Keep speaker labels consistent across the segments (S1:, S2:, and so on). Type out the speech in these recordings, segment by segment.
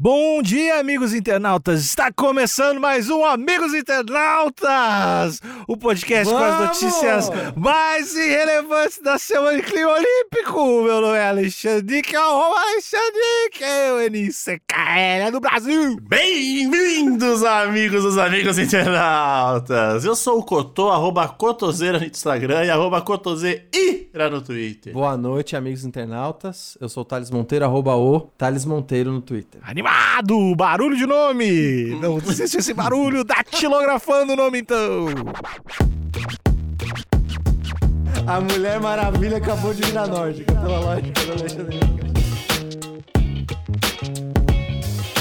S1: Bom dia, amigos internautas! Está começando mais um Amigos Internautas! O podcast com as
S2: Vamos!
S1: notícias mais irrelevantes da semana em clima olímpico! Meu nome é Alexandre, que é o Roma Alexandre, que é o NCKL do Brasil!
S2: Bem-vindos, amigos dos amigos internautas! Eu sou o Cotô, arroba Cotoseira no Instagram e arroba Cotoseira no Twitter.
S3: Boa noite, amigos internautas. Eu sou o Thales Monteiro, arroba o Thales Monteiro no Twitter.
S1: Animado! Barulho de nome! Não existe esse barulho, datilografando o nome então!
S3: A Mulher Maravilha acabou de virar nórdica, pela lógica do Alexandre.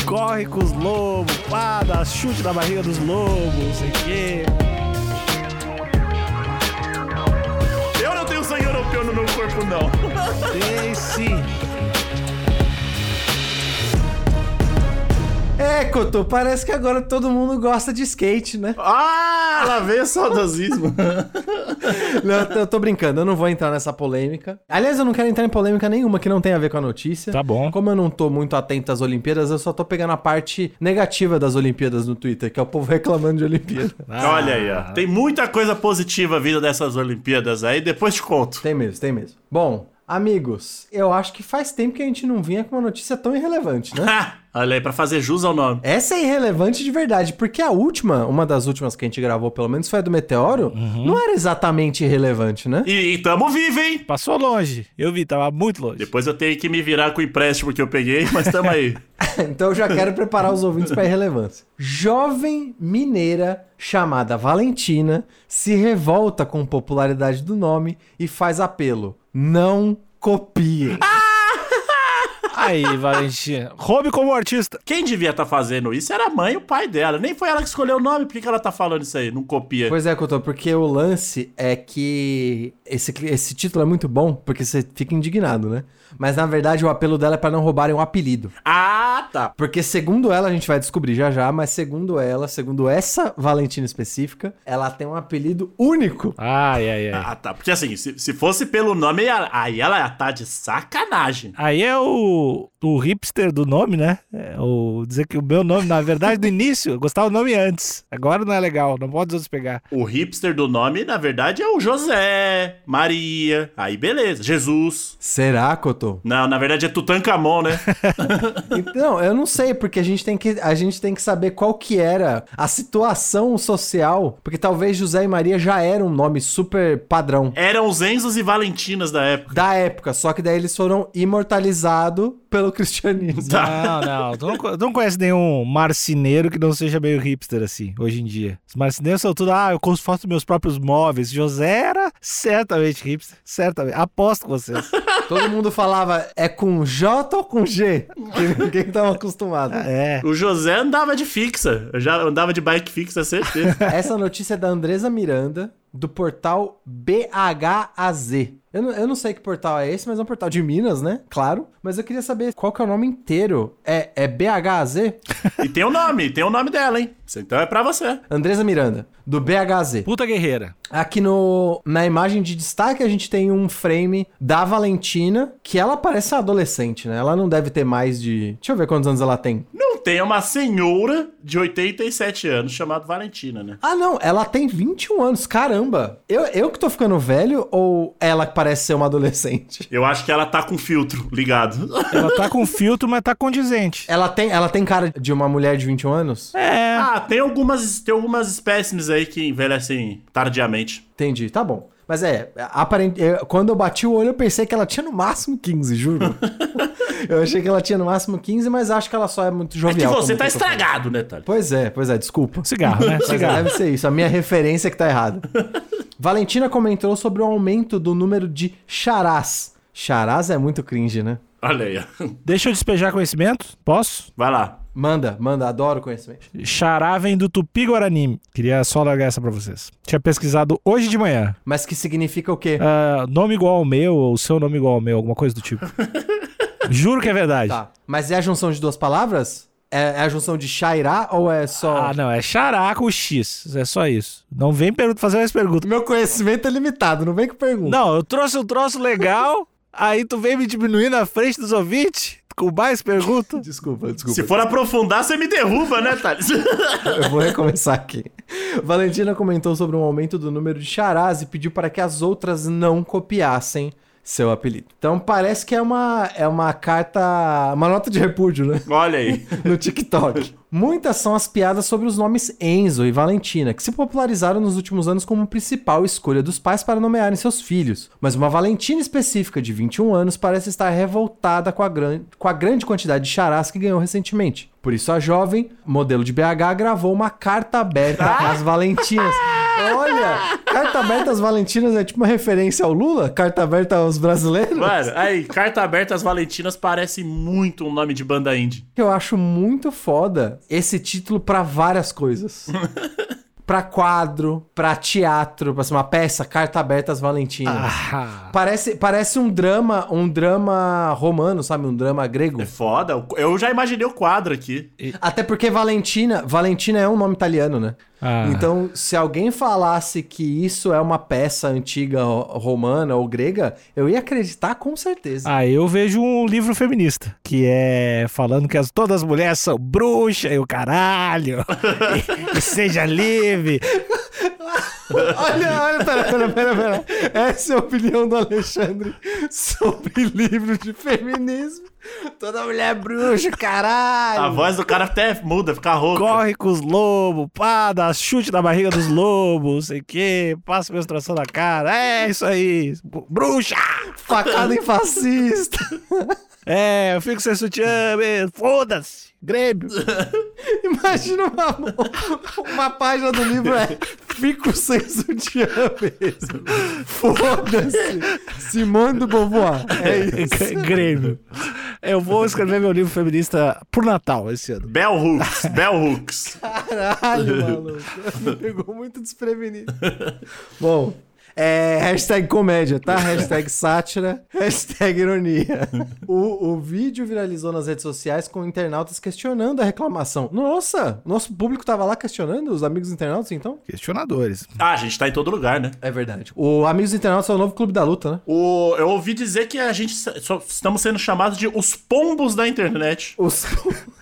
S1: Corre com os lobos, pá, dá chute na barriga dos lobos, não sei o quê.
S2: Eu não tenho sangue europeu no meu corpo, não.
S1: Tem sim!
S3: É, Cotô, parece que agora todo mundo gosta de skate, né?
S2: Ah, lá vem o saudosismo.
S3: Não, eu tô- eu tô brincando, eu não vou entrar nessa polêmica. Aliás, eu não quero entrar em polêmica nenhuma que não tem a ver com a notícia.
S1: Tá bom.
S3: Como eu não tô muito atento às Olimpíadas, eu só tô pegando a parte negativa das Olimpíadas no Twitter, que é o povo reclamando de Olimpíada.
S2: Ah. Olha aí, ó. Tem muita coisa positiva vindo dessas Olimpíadas aí, depois te conto.
S3: Tem mesmo, tem mesmo. Bom, amigos, eu acho que faz tempo que a gente não vinha com uma notícia tão irrelevante, né?
S2: Ha! Ah, Olha aí, pra fazer jus ao nome.
S3: Essa é irrelevante de verdade, porque a última, uma das últimas que a gente gravou, pelo menos, foi a do meteoro. Não era exatamente irrelevante, né?
S2: E, e tamo vivo, hein?
S1: Passou longe. Eu vi, tava muito longe.
S2: Depois eu tenho que me virar com o empréstimo que eu peguei, mas tamo aí.
S3: Então eu já quero preparar os ouvintes pra irrelevância. Jovem mineira chamada Valentina se revolta com popularidade do nome e faz apelo: não copiem.
S1: Aí, Valentina. Roube como artista.
S2: Quem devia estar fazendo isso era a mãe e o pai dela. Nem foi ela que escolheu o nome. Por que, que ela tá falando isso aí? Não copia.
S3: Pois é, Couto, porque o lance é que esse, cli- esse título é muito bom, porque você fica indignado, né? Mas na verdade o apelo dela é pra não roubarem o apelido.
S2: Ah, tá.
S3: Porque segundo ela, a gente vai descobrir já já, mas segundo ela, segundo essa Valentina específica, ela tem um apelido único.
S1: Ai, ai, ai.
S2: Ah, tá. Porque assim, se, se fosse pelo nome, ela- aí ela tá de sacanagem.
S1: Aí é o, o hipster do nome, né? É o dizer que o meu nome, na verdade, do início, eu gostava do nome antes. Agora não é legal, não pode os outros pegar.
S2: O hipster do nome, na verdade, é o José, Maria. Aí beleza. Jesus.
S3: Será, Cotô?
S2: Não, na verdade é Tutankamon, né?
S3: Então, eu não sei, porque a gente, tem que, a gente tem que saber qual que era a situação social, porque talvez José e Maria já eram um nome super padrão.
S2: Eram os Enzos e Valentinas da época.
S3: Da época, só que daí eles foram imortalizados pelo cristianismo.
S1: Não, não. Tu não, co- tu não conhece nenhum marceneiro que não seja meio hipster assim, hoje em dia. Os marceneiros são tudo, ah, eu cons- faço meus próprios móveis. José era certamente hipster. Certamente. Aposto com vocês.
S3: Todo mundo falava, é com J ou com G? Que ninguém tava acostumado.
S1: É.
S2: O José andava de fixa. Eu já andava de bike fixa, certeza.
S3: Essa notícia é da Andresa Miranda, do portal BHAZ. Eu não, eu não sei que portal é esse, mas é um portal de Minas, né? Claro. Mas eu queria saber qual que é o nome inteiro. É, é BHAZ?
S2: e tem o nome, tem o nome dela, hein? Então é pra você.
S3: Andresa Miranda, do BHAZ.
S1: Puta guerreira.
S3: Aqui no, na imagem de destaque a gente tem um frame da Valentina, que ela parece uma adolescente, né? Ela não deve ter mais de... Deixa eu ver quantos anos ela tem.
S2: Não tem uma senhora de 87 anos chamada Valentina, né?
S3: Ah, não, ela tem 21 anos, caramba. Eu, eu que tô ficando velho ou ela que parece ser uma adolescente?
S2: Eu acho que ela tá com filtro ligado.
S1: Ela tá com filtro, mas tá condizente.
S3: Ela tem, ela tem cara de uma mulher de 21 anos?
S1: É.
S2: Ah, tem algumas, tem algumas espécimes aí que envelhecem tardiamente.
S3: Entendi, tá bom. Mas é, aparente, eu- quando eu bati o olho, eu pensei que ela tinha no máximo 15, juro. eu achei que ela tinha no máximo 15, mas acho que ela só é muito
S2: É que
S3: jovial.
S2: você
S3: como
S2: tá
S3: eu tô falando.
S2: estragado, né, Thales?
S3: Pois é, pois é, desculpa.
S1: Cigarro, né?
S3: Mas
S1: Cigarro.
S3: deve ser isso, a minha referência que tá errada. Valentina comentou sobre o aumento do número de charás. Charás é muito cringe, né?
S2: Olha aí, ó.
S1: Deixa eu despejar conhecimento? Posso?
S2: Vai lá.
S3: Manda, manda, adoro conhecimento.
S1: Xará vem do Tupi Guarani. Queria só largar essa pra vocês. Tinha pesquisado hoje de manhã.
S3: Mas que significa o quê?
S1: Ah, nome igual ao meu, ou seu nome igual ao meu, alguma coisa do tipo. Juro que é verdade.
S3: Tá. Mas é a junção de duas palavras? É, é a junção de Chairá ou é só.
S1: Ah, não, é xará com X. É só isso. Não vem pergun- fazer mais perguntas.
S3: Meu conhecimento é limitado, não vem com pergunta.
S1: Não, eu trouxe um troço legal, aí tu vem me diminuir na frente dos ouvintes com mais perguntas.
S3: Desculpa, desculpa.
S2: Se for aprofundar, você me derruba, né, Thales?
S3: Eu vou recomeçar aqui. Valentina comentou sobre um aumento do número de charás e pediu para que as outras não copiassem seu apelido. Então parece que é uma, é uma carta, uma nota de repúdio, né?
S2: Olha aí.
S3: No TikTok. Muitas são as piadas sobre os nomes Enzo e Valentina, que se popularizaram nos últimos anos como principal escolha dos pais para nomearem seus filhos. Mas uma Valentina específica de 21 anos parece estar revoltada com a, gran- com a grande quantidade de charás que ganhou recentemente. Por isso, a jovem, modelo de BH, gravou uma carta aberta às Valentinas. Olha, carta aberta às Valentinas é tipo uma referência ao Lula? Carta aberta aos brasileiros?
S2: Mano, aí, carta aberta às Valentinas parece muito um nome de banda indie.
S3: que eu acho muito foda esse título pra várias coisas. pra quadro, pra teatro, pra ser uma peça, carta aberta às Valentinas.
S1: Ah,
S3: Parece, parece um drama, um drama romano, sabe? Um drama grego.
S2: É foda. Eu já imaginei o quadro aqui.
S3: Até porque Valentina, Valentina é um nome italiano, né?
S1: Ah.
S3: Então, se alguém falasse que isso é uma peça antiga ro- romana ou grega, eu ia acreditar com certeza.
S1: Ah, eu vejo um livro feminista, que é falando que as, todas as mulheres são bruxas e o caralho, e, e seja livre.
S3: Olha, olha, pera, pera, pera, pera. Essa é a opinião do Alexandre sobre livro de feminismo. Toda mulher é bruxa,
S2: A
S3: caralho.
S2: voz do cara até muda, fica rouca.
S1: Corre com os lobos, pá, dá chute na barriga dos lobos, não sei o quê, passa menstruação na cara, é isso aí, bruxa!
S3: Facada em fascista.
S1: É, eu fico sem sutiã mesmo, foda-se, Grêmio.
S3: Imagina uma, uma página do livro é Fico sem sutiã mesmo. Foda-se. Simone do Beauvoir. É isso.
S1: Grêmio. Eu vou escrever meu livro feminista por Natal esse ano.
S2: Bell Hooks, Bell Hooks.
S3: Caralho, maluco. Me pegou muito desprevenido. Bom, é, hashtag comédia, tá? Hashtag sátira, hashtag ironia. O, o vídeo viralizou nas redes sociais com internautas questionando a reclamação. Nossa, nosso público tava lá questionando os amigos internautas, então?
S1: Questionadores.
S2: Ah, a gente tá em todo lugar, né?
S3: É verdade. O Amigos Internautas é o novo clube da luta, né?
S2: O, eu ouvi dizer que a gente s- só- estamos sendo chamados de os pombos da internet.
S3: Os-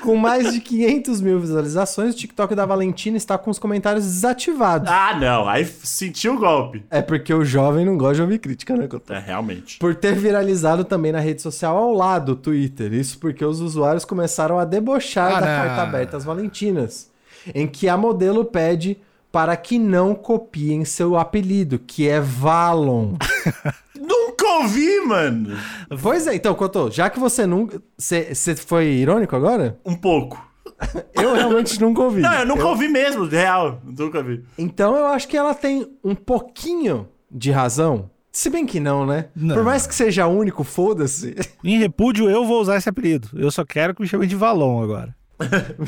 S3: com mais de 500 mil visualizações, o TikTok da Valentina está com os comentários desativados.
S2: Ah, não. Aí f- senti o golpe.
S3: É porque o jovem não gosta de ouvir crítica, né? Cotô?
S2: É, realmente.
S3: por ter viralizado também na rede social ao lado do Twitter. Isso porque os usuários começaram a debochar
S1: Ah,
S3: da
S1: não.
S3: carta aberta às Valentinas, em que a modelo pede para que não copiem seu apelido, que é Valon.
S2: Nunca ouvi, mano.
S3: pois é, então, Cotô, já que você nunca. Você foi irônico agora?
S2: Um pouco.
S3: Eu realmente nunca ouvi.
S2: Não, eu nunca ouvi mesmo, real. Nunca vi.
S3: Então eu acho que ela tem um pouquinho de razão. Se bem que não, né?
S1: Não.
S3: Por mais que seja único, foda-se.
S1: Em repúdio, eu vou usar esse apelido. Eu só quero que me chamem de Valon agora.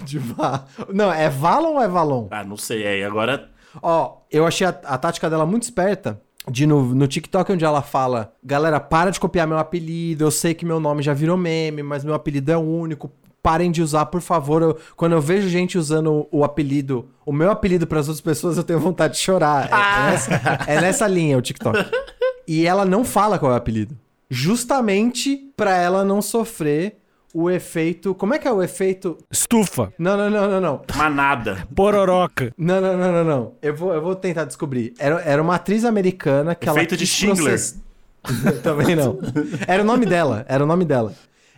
S3: De Va- Não, é Valon ou é Valon?
S2: Ah, não sei. Aí agora.
S3: Ó, eu achei a, a tática dela muito esperta. De no, no TikTok, onde ela fala: Galera, para de copiar meu apelido. Eu sei que meu nome já virou meme, mas meu apelido é único. Parem de usar, por favor. Eu- quando eu vejo gente usando o, o apelido, o meu apelido para as outras pessoas, eu tenho vontade de chorar. É, é nessa, é nessa linha o TikTok. E ela não fala qual é o apelido. Justamente pra ela não sofrer o efeito. Como é que é o efeito?
S1: Estufa,
S3: Não, não, não, não, não.
S2: Manada.
S1: pororoca.
S3: Não, não, não, não, não. Eu vou, eu vou tentar descobrir. Era, era uma atriz americana que
S2: Efeito
S3: ela.
S2: de
S3: quis
S2: Schindler.
S3: Também não. Era o nome dela. Era o nome dela.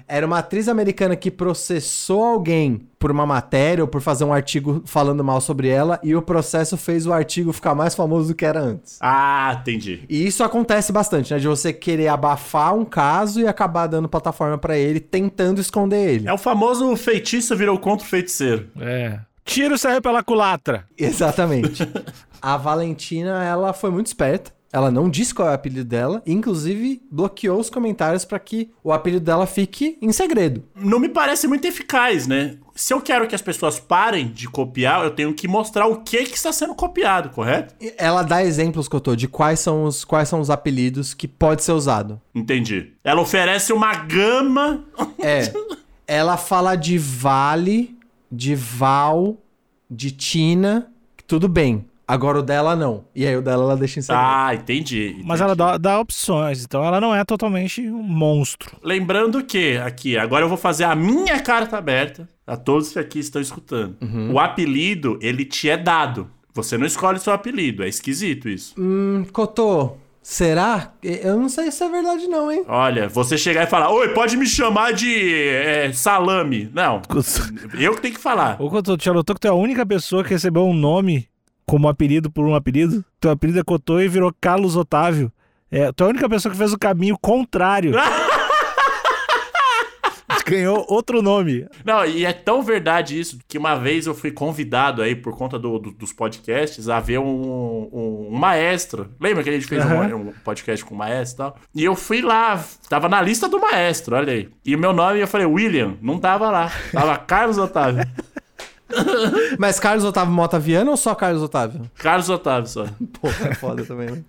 S3: Era uma atriz americana que processou alguém por uma matéria ou por fazer um artigo falando mal sobre ela e o processo fez o artigo ficar mais famoso do que era antes.
S2: Ah, entendi.
S3: E isso acontece bastante, né? De você querer abafar um caso e acabar dando plataforma pra ele, tentando esconder ele.
S2: É o famoso feitiço virou contra o feiticeiro.
S1: É. Tiro saiu pela culatra.
S3: Exatamente. A Valentina, ela foi muito esperta. Ela não disse qual é o apelido dela, e, inclusive bloqueou os comentários pra que o apelido dela fique em segredo.
S2: Não me parece muito eficaz, né? Se eu quero que as pessoas parem de copiar, eu tenho que mostrar o que, que está sendo copiado, correto?
S3: E Ela dá exemplos, Cotô, de quais são os quais são os apelidos que pode ser usado.
S2: Entendi. Ela oferece uma gama.
S3: É. Ela fala de vale, de val, de tina, que tudo bem. Agora o dela não. E aí o dela ela deixa em segredo.
S2: Ah, entendi. entendi.
S1: Mas ela dá, dá opções, então ela não é totalmente um monstro.
S2: Lembrando que, aqui, agora eu vou fazer a minha carta aberta a todos que aqui estão escutando.
S1: Uhum.
S2: O apelido, ele te é dado. Você não escolhe seu apelido, é esquisito isso.
S3: Hum, Cotô, será? Eu não sei se é verdade não, hein?
S2: Olha, você chegar e falar, oi, pode me chamar de é, salame. Não, eu que tenho que falar.
S1: Ô, Cotô, te anotou que tu é a única pessoa que recebeu um nome como apelido por um apelido? Teu apelido é Cotô e virou Carlos Otávio. É, tu é a única pessoa que fez o caminho contrário. Ganhou outro nome.
S2: Não, e é tão verdade isso que uma vez eu fui convidado aí por conta do- do- dos podcasts a ver um, um, um maestro. Lembra que a gente fez um- um,
S1: Aham.
S2: podcast com o maestro e tal? E eu fui lá, tava na lista do maestro, olha aí. E o meu nome, eu falei, William, não tava lá. Tava Carlos Otávio.
S3: Mas Carlos Otávio Mota Viana ou só Carlos Otávio?
S2: Carlos Otávio só.
S3: Pô, é foda também, né?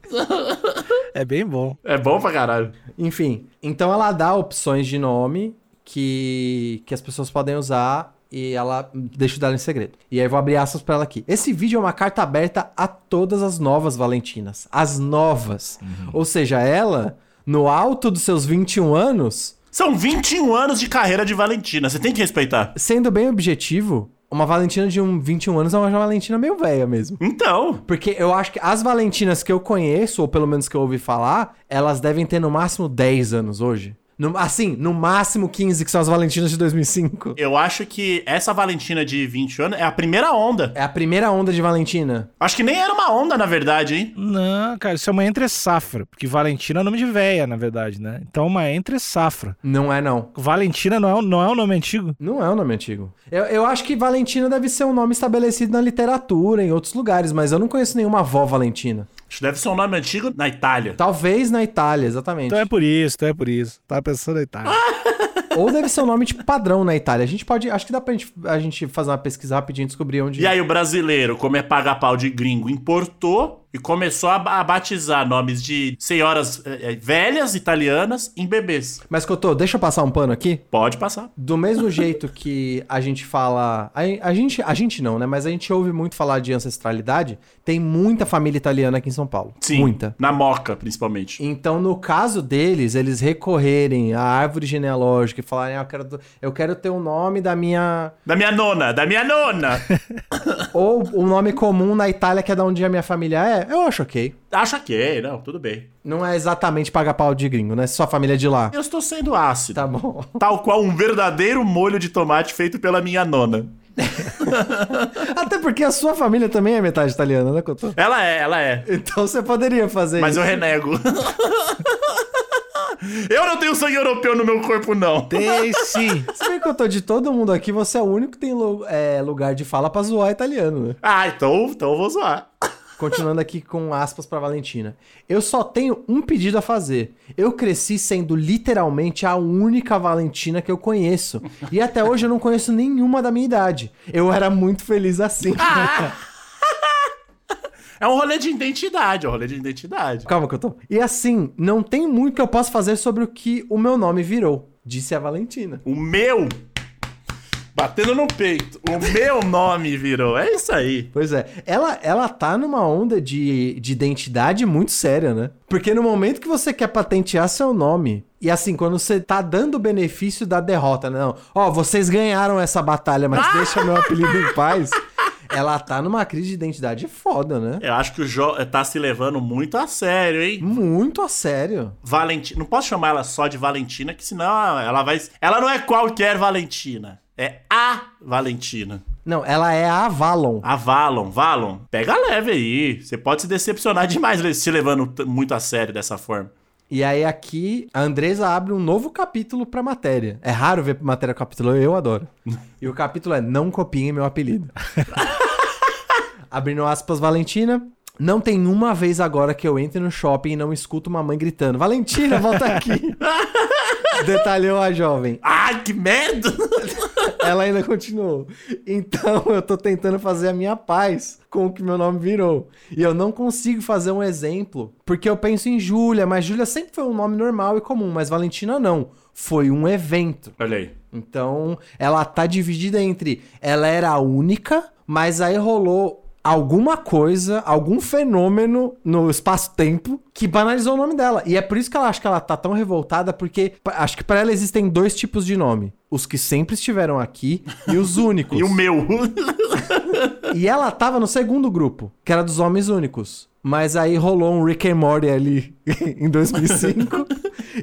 S1: É bem bom.
S2: É bom pra caralho.
S3: Enfim, então ela dá opções de nome que, que as pessoas podem usar e ela deixa o dela em segredo. E aí eu vou abrir aspas pra ela aqui. Esse vídeo é uma carta aberta a todas as novas Valentinas. As novas. Ou seja, ela, no alto dos seus 21 anos,
S2: São 21 anos de carreira de Valentina, você tem que respeitar.
S3: sendo bem objetivo, uma Valentina de um 21 anos é uma Valentina meio velha mesmo.
S2: Então,
S3: Porque eu acho que as Valentinas que eu conheço, ou pelo menos que eu ouvi falar, elas devem ter no máximo 10 anos hoje. No- assim, no máximo 15, que são as Valentinas de 2005.
S2: eu acho que essa Valentina de 20 anos é a primeira onda.
S3: É a primeira onda de Valentina.
S2: Acho que nem era uma onda, na verdade, hein?
S1: Não, cara, isso é uma entre-safra. Porque Valentina é nome de véia, na verdade, né? Então, uma entre-safra.
S3: Não é, não.
S1: Valentina não é, um- não é um nome antigo?
S3: Não é um nome antigo. Eu, eu acho que Valentina deve ser um nome estabelecido na literatura, em outros lugares, mas eu não conheço nenhuma avó Valentina.
S2: Acho que deve ser um nome antigo na Itália.
S3: Talvez na Itália, exatamente.
S1: Então é por isso, então é por isso. Tava pensando em Itália.
S2: é
S3: Ou deve ser um nome tipo padrão na Itália. A gente pode. Acho que dá pra gente, a gente fazer uma pesquisa rapidinho e descobrir onde. é.
S2: E aí o brasileiro, como é pagar pau de gringo, importou e começou a, ba- a batizar nomes de senhoras eh, eh, velhas italianas em bebês.
S3: Mas, Cotô, deixa eu passar um pano aqui.
S2: Pode passar.
S3: Do mesmo jeito que a gente fala. A, a gente, a gente não, né? Mas a gente ouve muito falar de ancestralidade. Tem muita família italiana aqui em São Paulo.
S2: Sim.
S3: Muita.
S2: Na moca, principalmente.
S3: Então, no caso deles, eles recorrerem à árvore genealógica e falarem: ah, eu, quero, eu quero ter o nome da minha.
S2: Da minha nona, da minha nona.
S3: Ou o nome comum na Itália, que é da onde a minha família é. Eu acho ok.
S2: Acho que é, não, tudo bem.
S3: Não é exatamente pagar pau de gringo, né? Se sua família é de lá.
S2: Eu estou sendo ácido.
S3: Tá bom.
S2: Tal qual um verdadeiro molho de tomate feito pela minha nona.
S3: Até porque a sua família também é metade italiana, né, Cotô?
S2: Ela é, ela é.
S3: Então você poderia fazer
S2: Mas
S3: isso.
S2: eu renego. eu não tenho sangue europeu no meu corpo, não.
S1: Tem sim.
S3: Se bem que eu tô de todo mundo aqui, você é o único que tem lu- é, lugar de fala pra zoar italiano, né?
S2: Ah, então, então eu vou zoar.
S3: Continuando aqui com aspas pra Valentina. Eu só tenho um pedido a fazer. Eu cresci sendo literalmente a única Valentina que eu conheço. E até hoje eu não conheço nenhuma da minha idade. Eu era muito feliz assim.
S2: Ah. É um rolê de identidade, é um rolê de identidade.
S3: Calma que eu tô. E assim, não tem muito que eu possa fazer sobre o que o meu nome virou, disse a Valentina.
S2: O meu. Batendo no peito. O meu nome virou. É isso aí.
S3: Pois é, ela, ela tá numa onda de, de identidade muito séria, né? Porque no momento que você quer patentear seu nome, e assim, quando você tá dando o benefício da derrota, né? não, ó, vocês ganharam essa batalha, mas deixa meu apelido em paz. Ela tá numa crise de identidade foda, né?
S2: Eu acho que o Jó tá se levando muito a sério, hein?
S3: Muito a sério.
S2: Valentina. Não posso chamar ela só de Valentina, que senão ela vai. Ela não é qualquer Valentina. É a Valentina.
S3: Não, ela é a Avalon.
S2: A Valon. Valon, pega leve aí. Você pode se decepcionar demais se levando t- muito a sério dessa forma.
S3: E aí aqui a Andresa abre um novo capítulo pra matéria. É raro ver matéria com capítulo, eu adoro. E o capítulo é Não copiem meu apelido. Abrindo aspas, Valentina. Não tem uma vez agora que eu entre no shopping e não escuto uma mãe gritando: Valentina, volta aqui! Detalhou a jovem.
S2: Ai, que merda!
S3: Ela ainda continuou. Então eu tô tentando fazer a minha paz com o que meu nome virou. E eu não consigo fazer um exemplo, porque eu penso em Júlia, mas Júlia sempre foi um nome normal e comum, mas Valentina não. Foi um evento.
S2: Olha aí.
S3: Então, ela tá dividida entre ela era a única, mas aí rolou alguma coisa, algum fenômeno no espaço-tempo que banalizou o nome dela. E é por isso que ela acha que ela tá tão revoltada, porque pa- acho que pra ela existem dois tipos de nome. Os que sempre estiveram aqui e os únicos.
S2: E o meu.
S3: E ela tava no segundo grupo, que era dos homens únicos. Mas aí rolou um Rick and Morty ali em 2005.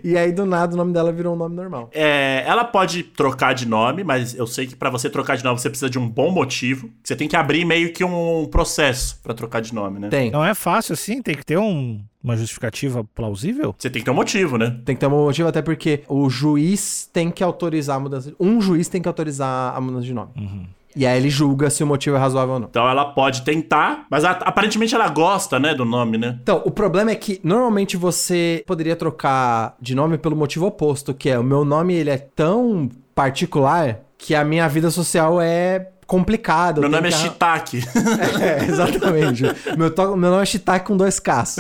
S3: e aí, do nada, o nome dela virou um nome normal.
S2: É, ela pode trocar de nome, mas eu sei que pra você trocar de nome você precisa de um bom motivo. Você tem que abrir meio que um processo pra trocar de nome, né?
S3: Tem.
S1: Não é fácil assim, tem que ter um- uma justificativa plausível.
S2: Você tem que ter um motivo, né?
S3: Tem que ter um motivo, até porque o juiz tem que autorizar a mudança. de- Um juiz tem que autorizar a mudança de nome.
S2: Uhum.
S3: E aí ele julga se o motivo é razoável ou não.
S2: Então ela pode tentar, mas a- aparentemente ela gosta, né, do nome, né?
S3: Então, o problema é que normalmente você poderia trocar de nome pelo motivo oposto, que é o meu nome ele é tão particular que a minha vida social é complicada. eu
S2: Meu
S3: tenho
S2: nome é
S3: que arran-
S2: Shiitake.
S3: É, exatamente. meu, to- meu nome é Shiitake com dois Ks.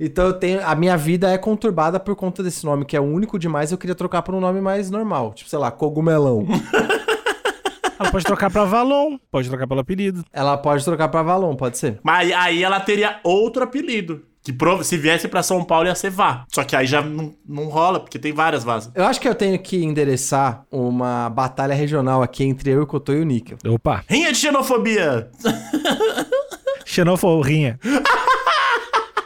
S3: Então eu tenho. A minha vida é conturbada por conta desse nome, que é único demais. Eu queria trocar por um nome mais normal. Tipo, sei lá, cogumelão.
S1: Ela Ah, pode trocar pra Valon, pode trocar pelo apelido.
S3: Ela pode trocar pra Valon, pode ser?
S2: mas aí- aí ela teria outro apelido. Que prova- se viesse pra São Paulo ia ser Vá. Só que aí já não, não rola, porque tem várias Vás.
S3: Eu acho que eu tenho que endereçar uma batalha regional aqui entre eu e o Cotô e o Níquel.
S1: Opa,
S2: Rinha de xenofobia!
S1: xenoforrinha.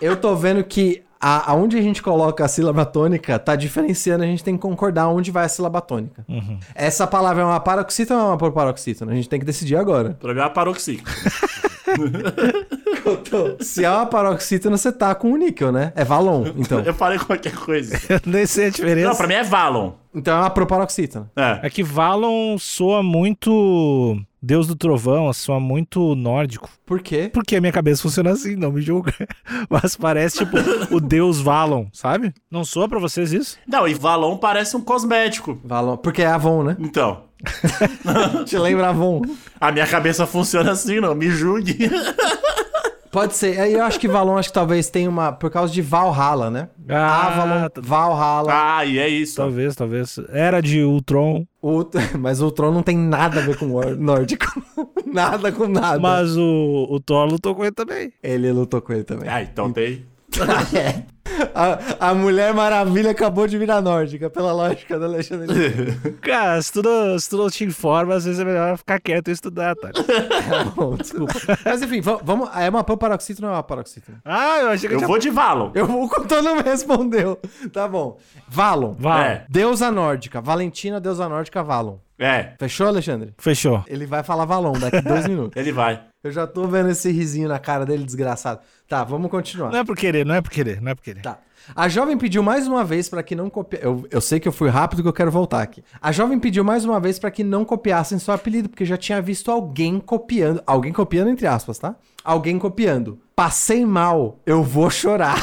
S3: Eu tô vendo que a, aonde a gente coloca a sílaba tônica tá diferenciando, a gente tem que concordar onde vai a sílaba tônica. Essa palavra é uma paroxítona ou é uma paroxítona? A gente tem que decidir agora.
S2: Pra mim é uma paroxícola.
S3: Se é uma paroxítona, você tá com o níquel, né? É valon, então.
S2: Eu falei qualquer coisa.
S1: Eu nem sei a diferença.
S2: Não, pra mim é Valon.
S3: Então é uma proparoxítona.
S2: É.
S1: É que Valon soa muito Deus do Trovão, soa muito nórdico.
S3: Por quê?
S1: Porque a minha cabeça funciona assim, não me julga. Mas parece tipo o Deus Valon, sabe? Não soa pra vocês isso?
S2: Não, e Valon parece um cosmético.
S3: Valon. Porque é Avon, né?
S2: Então,
S3: Te lembra Avon?
S2: a minha cabeça funciona assim, não me julgue.
S3: Pode ser. Aí Eu acho que Valon, acho que talvez tenha uma. Por causa de Valhalla, né?
S1: Ah,
S3: Avalon,
S1: t-
S3: Valhalla.
S2: ah, e é isso.
S1: Talvez, talvez. Era de Ultron,
S3: Ut- Mas o Tron não tem nada a ver com o or- nórdico. nada com nada.
S1: mas o, o Thor lutou com ele também.
S3: Ele lutou com ele também.
S2: Ah, então tem.
S3: É. a, a Mulher Maravilha acabou de virar nórdica, pela lógica do Alexandre.
S1: Cara, se tu não, se tu não te informa, às vezes é melhor ficar quieto e estudar, tá?
S3: Não, Desculpa. Mas enfim, va- vamos. É uma proparoxítona ou é uma paroxítona?
S1: Ah, eu achei que eu
S2: Eu
S1: tinha...
S2: vou de Valon.
S3: Eu vou, o Cotô não me respondeu. Tá bom. Valon.
S1: Valon.
S2: É.
S3: Deusa nórdica. Valentina, deusa nórdica, Valon.
S2: É,
S3: Fechou, Alexandre?
S1: Fechou.
S3: Ele vai falar Valon daqui dois minutos.
S2: ele vai.
S3: Eu já tô vendo esse risinho na cara dele, desgraçado. Tá, vamos continuar.
S1: Não é por querer, não é por querer, não é por querer.
S3: Tá. A jovem pediu mais uma vez pra que não copiassem. Eu, eu sei que eu fui rápido que eu quero voltar aqui. A jovem pediu mais uma vez pra que não copiassem seu apelido, porque já tinha visto alguém copiando. Alguém copiando, entre aspas, tá? Alguém copiando. Passei mal, eu vou chorar.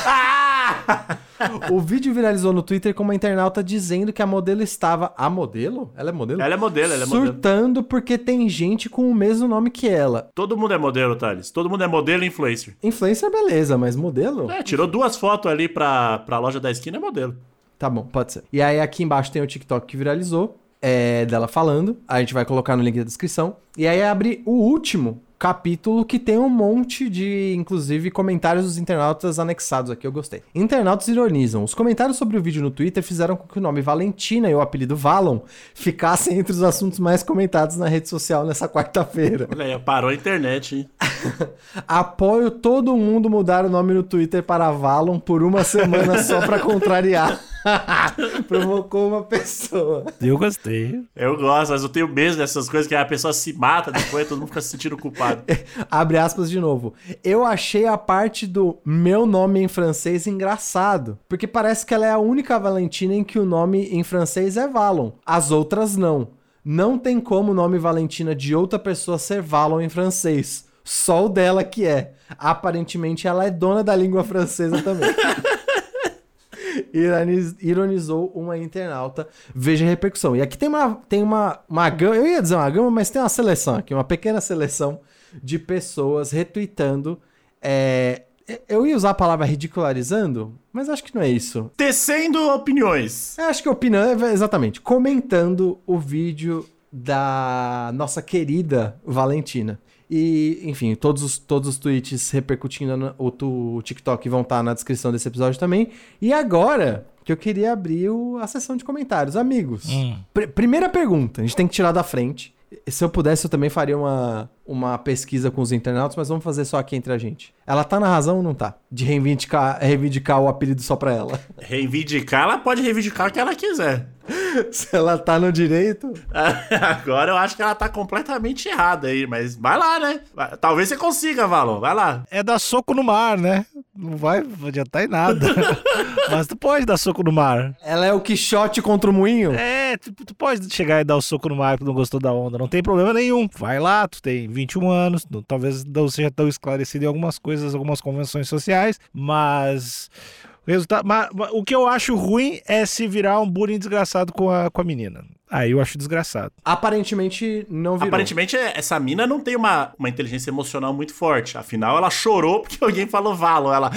S3: o vídeo viralizou no Twitter com uma internauta dizendo que a modelo estava. A modelo? Ela é modelo?
S2: Ela é modelo, ela é modelo.
S3: Surtando porque tem gente com o mesmo nome que ela.
S2: Todo mundo é modelo, Thales. Todo mundo é modelo e influencer.
S3: Influencer, beleza, mas modelo?
S2: É, tirou duas fotos ali pra, pra loja da esquina, é modelo.
S3: Tá bom, pode ser. E aí aqui embaixo tem o TikTok que viralizou, é, dela falando. A gente vai colocar no link da descrição. E aí abre o último capítulo que tem um monte de, inclusive, comentários dos internautas anexados aqui, eu gostei. Internautas ironizam. Os comentários sobre o vídeo no Twitter fizeram com que o nome Valentina e o apelido Valon ficassem entre os assuntos mais comentados na rede social nessa quarta-feira.
S2: Olha aí, parou a internet, hein?
S3: Apoio todo mundo mudar o nome no Twitter para Valon por uma semana só pra contrariar. Provocou uma pessoa.
S1: Eu gostei.
S2: Eu gosto, mas eu tenho medo dessas coisas que a pessoa se mata depois, todo mundo fica se sentindo culpado.
S3: Abre aspas de novo. Eu achei a parte do meu nome em francês engraçado, porque parece que ela é a única Valentina em que o nome em francês é Valon, as outras não. Não tem como o nome Valentina de outra pessoa ser Valon em francês. Só o dela que é. Aparentemente ela é dona da língua francesa também. Ironiz- ironizou uma internauta. Veja a repercussão. E aqui tem uma, tem uma, uma gama, eu ia dizer uma gama, mas tem uma seleção aqui, uma pequena seleção de pessoas retweetando é, eu ia usar a palavra ridicularizando, mas acho que não é isso.
S2: Tecendo opiniões.
S3: Eu acho que opinando, exatamente, comentando o vídeo da nossa querida Valentina. E, enfim, todos os, todos os tweets repercutindo no, o, tu- o TikTok vão estar na descrição desse episódio também. E agora que eu queria abrir o- a sessão de comentários. Amigos,
S1: Hum.
S3: pr- primeira pergunta, a gente tem que tirar da frente. Se eu pudesse, eu também faria uma, uma pesquisa com os internautas, mas vamos fazer só aqui entre a gente. Ela tá na razão ou não tá? De reivindicar, reivindicar o apelido só pra ela.
S2: Reivindicar, ela pode reivindicar o que ela quiser.
S3: Se ela tá no direito.
S2: Agora eu acho que ela tá completamente errada aí, mas vai lá, né? Vai- Talvez você consiga, Valon. Vai lá.
S1: É dar soco no mar, né? Não vai adiantar em nada. Mas tu pode dar soco no mar.
S3: Ela é o Quixote contra o moinho?
S1: É, tu, tu pode chegar e dar o soco no mar que não gostou da onda, não tem problema nenhum. Vai lá, tu tem 21 anos, não- talvez não seja tão esclarecido em algumas coisas, algumas convenções sociais, mas o resultado, ma- ma- o que eu acho ruim é se virar um bullying desgraçado com a, com a menina. Aí eu acho desgraçado.
S3: Aparentemente não virou.
S2: Aparentemente, é- essa mina não tem uma, uma inteligência emocional muito forte. Afinal, ela chorou porque alguém falou Valon. Ela,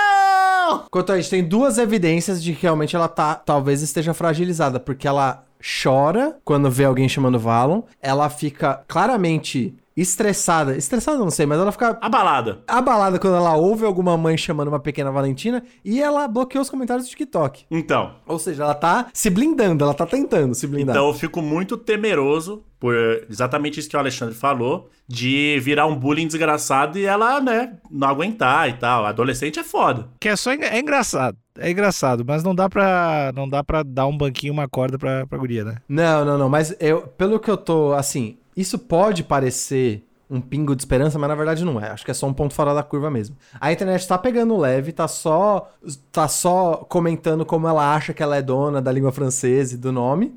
S2: não!
S3: Quanto a isso, tem duas evidências de que realmente ela tá, talvez esteja fragilizada, porque ela chora quando vê alguém chamando Valon, ela fica claramente estressada, estressada eu não sei, mas ela fica
S2: Abalada.
S3: abalada quando ela ouve alguma mãe chamando uma pequena Valentina e ela bloqueou os comentários do TikTok.
S2: Então,
S3: Ou seja, ela tá se blindando, ela tá tentando se blindar.
S2: Então eu fico muito temeroso por exatamente isso que o Alexandre falou, de virar um bullying desgraçado e ela, né, não aguentar e tal. Adolescente é foda.
S1: Que é só engra- é engraçado, é engraçado, mas não dá pra, não dá pra dar um banquinho, uma corda pra, pra guria, né?
S3: Não, não, não, mas eu, pelo que eu tô, assim, isso pode parecer um pingo de esperança, mas na verdade não é. Acho que é só um ponto fora da curva mesmo. A internet tá pegando leve, tá só tá só comentando como ela acha que ela é dona da língua francesa e do nome.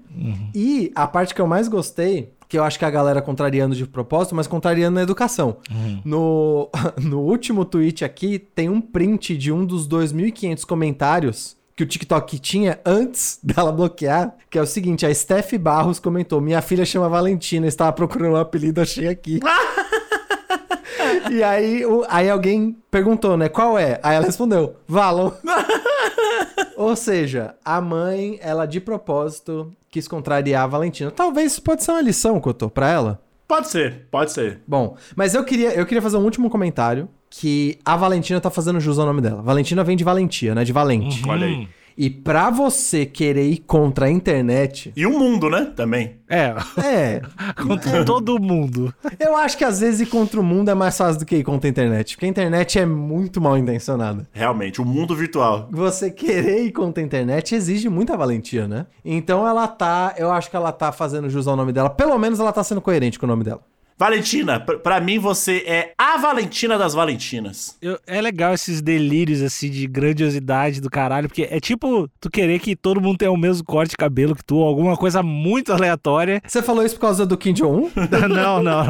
S3: E a parte que eu mais gostei, que eu acho que a galera contrariando de propósito, mas contrariando na educação. No, no último tweet aqui, tem um print de um dos 2.500 comentários que o TikTok tinha antes dela bloquear, que é o seguinte, a Steph Barros comentou, minha filha chama Valentina, estava procurando um apelido, achei aqui. e aí, o- aí alguém perguntou, né, qual é? Aí ela respondeu, Valon. Ou seja, a mãe, ela de propósito quis contrariar a Valentina. Talvez isso pode ser uma lição, Cotô, pra ela.
S2: Pode ser, pode ser.
S3: Bom, mas eu queria, eu queria fazer um último comentário que a Valentina tá fazendo jus ao nome dela. Valentina vem de Valentia, né? De Valente.
S2: Hum, Olha aí.
S3: E pra você querer ir contra a internet,
S2: E o mundo, né, também.
S1: É,
S3: é,
S1: contra todo mundo.
S3: eu acho que às vezes ir contra o mundo é mais fácil do que ir contra a internet, porque a internet é muito mal intencionada.
S2: Realmente, o mundo virtual.
S3: Você querer ir contra a internet exige muita valentia, né? Então ela tá, eu acho que ela tá fazendo jus ao nome dela. Pelo menos ela tá sendo coerente com o nome dela.
S2: Valentina, pr- pra mim você é a Valentina das Valentinas.
S1: Eu- é legal esses delírios, assim, de grandiosidade do caralho, porque é tipo tu querer que todo mundo tenha o mesmo corte de cabelo que tu, alguma coisa muito aleatória.
S3: Você falou isso por causa do Kim Jong-un?
S1: Não, não, não.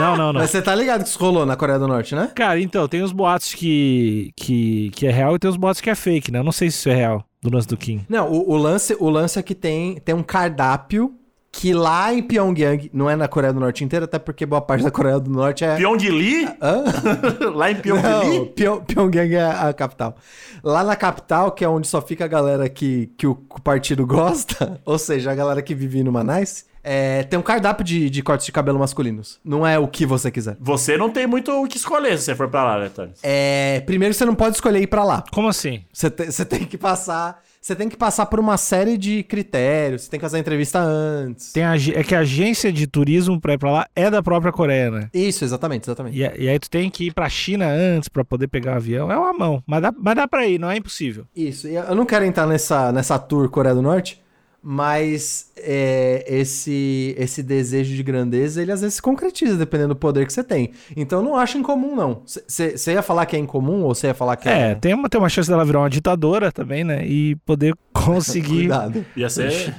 S1: Não, não, não.
S3: Mas você tá ligado que isso rolou na Coreia do Norte, né?
S1: Cara, então, tem uns boatos que, que, que é real e tem uns boatos que é fake, né? Eu não sei se isso é real, do lance do Kim.
S3: Não, o, o lance, o lance é que tem, tem um cardápio que lá em Pyongyang, não é na Coreia do Norte inteira, até porque boa parte da Coreia do Norte é.
S2: Pyong Lee? Lá em Pyong
S3: Não,
S2: Lee?
S3: Pyong- Pyongyang é a capital. Lá na capital, que é onde só fica a galera que, que o partido gosta, ou seja, a galera que vive no Manaus, é, tem um cardápio de, de cortes de cabelo masculinos. Não é o que você quiser.
S2: Você não tem muito o que escolher se você for pra lá, né, Tony?
S3: É, primeiro, você não pode escolher ir pra lá.
S1: Como assim?
S3: Você te- você tem que passar. Você tem que passar por uma série de critérios. Você tem que fazer a entrevista antes.
S1: Tem a ag- é que a agência de turismo pra ir pra lá é da própria Coreia, né?
S3: Isso, exatamente, exatamente.
S1: E, a- e aí tu tem que ir pra China antes pra poder pegar o avião. É uma mão, mas dá, mas dá pra ir, não é impossível.
S3: Isso. E Eu não quero entrar nessa, nessa tour Coreia do Norte, mas é, esse, esse desejo de grandeza, ele às vezes se concretiza, dependendo do poder que você tem. Então eu não acho incomum, não. Você ia falar que é incomum ou você ia falar que é.
S1: É, tem uma, tem uma chance dela virar uma ditadora também, né? E poder conseguir
S3: Cuidado.
S2: Ia ser.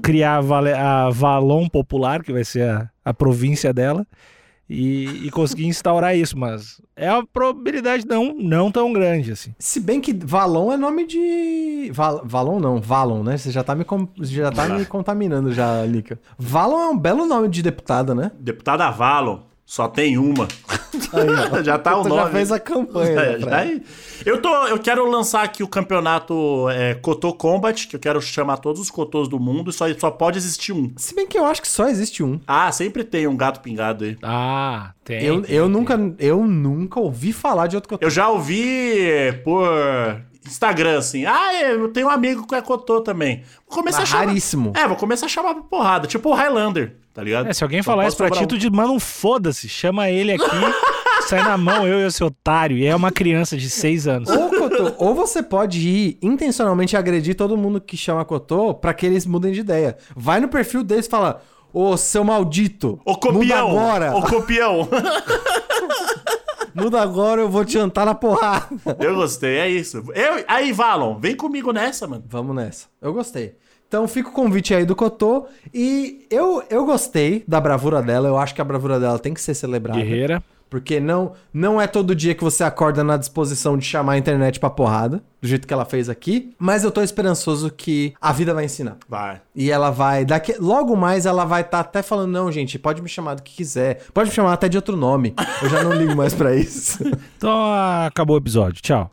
S1: criar a, Vale- a Valon Popular, que vai ser a, a província dela, e, e conseguir instaurar isso. Mas é uma probabilidade não, não tão grande, assim.
S3: Se bem que Valon é nome de. Val- Valon não, Valon, né? Você já tá me, com- já tá me contaminando, já, Nica. Valon é um belo nome de deputada, né?
S2: Deputada Valon, só tem uma. já tá o
S3: Tu
S2: nome.
S3: já fez a campanha.
S2: É,
S3: né,
S2: já
S3: pra-
S2: aí. Eu, tô, eu quero lançar aqui o campeonato é, Cotô Combat, que eu quero chamar todos os Cotôs do mundo, e só, só pode existir um.
S3: Se bem que eu acho que só existe um.
S2: Ah, sempre tem um gato pingado aí.
S1: Ah, tem.
S3: eu, eu, nunca, eu nunca ouvi falar de outro que eu tô-
S2: Eu já ouvi por Instagram, assim. Ah, é, eu tenho um amigo que é Cotô também. Vou começar
S3: Mas
S2: a chamar.
S3: Ah, raríssimo.
S2: É, vou começar a chamar pra porrada. Tipo o Highlander, tá ligado?
S1: É, se alguém
S2: Só
S1: falar
S2: pode
S1: isso pra
S2: sobrar
S1: ti,
S2: um.
S1: tu diz, mano, foda-se, chama ele aqui, sai na mão, eu e esse otário. E é uma criança de seis anos.
S3: Ou, Cotô, ou você pode ir intencionalmente agredir todo mundo que chama Cotô pra que eles mudem de ideia. Vai no perfil deles e fala: Ô, seu maldito!
S2: Ô,
S3: Muda
S2: copião!
S3: agora!
S2: Ô, copião!
S3: Muda agora, eu vou te jantar na porrada!
S2: eu gostei, é isso. Eu, aí, Valon, vem comigo nessa, mano.
S3: Vamos nessa. Eu gostei. Então fica o convite aí do Cotô. E eu, eu gostei da bravura dela. Eu acho que a bravura dela tem que ser celebrada.
S1: Guerreira.
S3: Porque não, não é todo dia que você acorda na disposição de chamar a internet pra porrada, do jeito que ela fez aqui. Mas eu tô esperançoso que a vida vai ensinar.
S2: Vai.
S3: E ela vai. Daqui, logo mais ela vai estar até falando: não, gente, pode me chamar do que quiser. Pode me chamar até de outro nome. Eu já não ligo mais pra isso.
S1: Então ah, acabou o episódio. Tchau.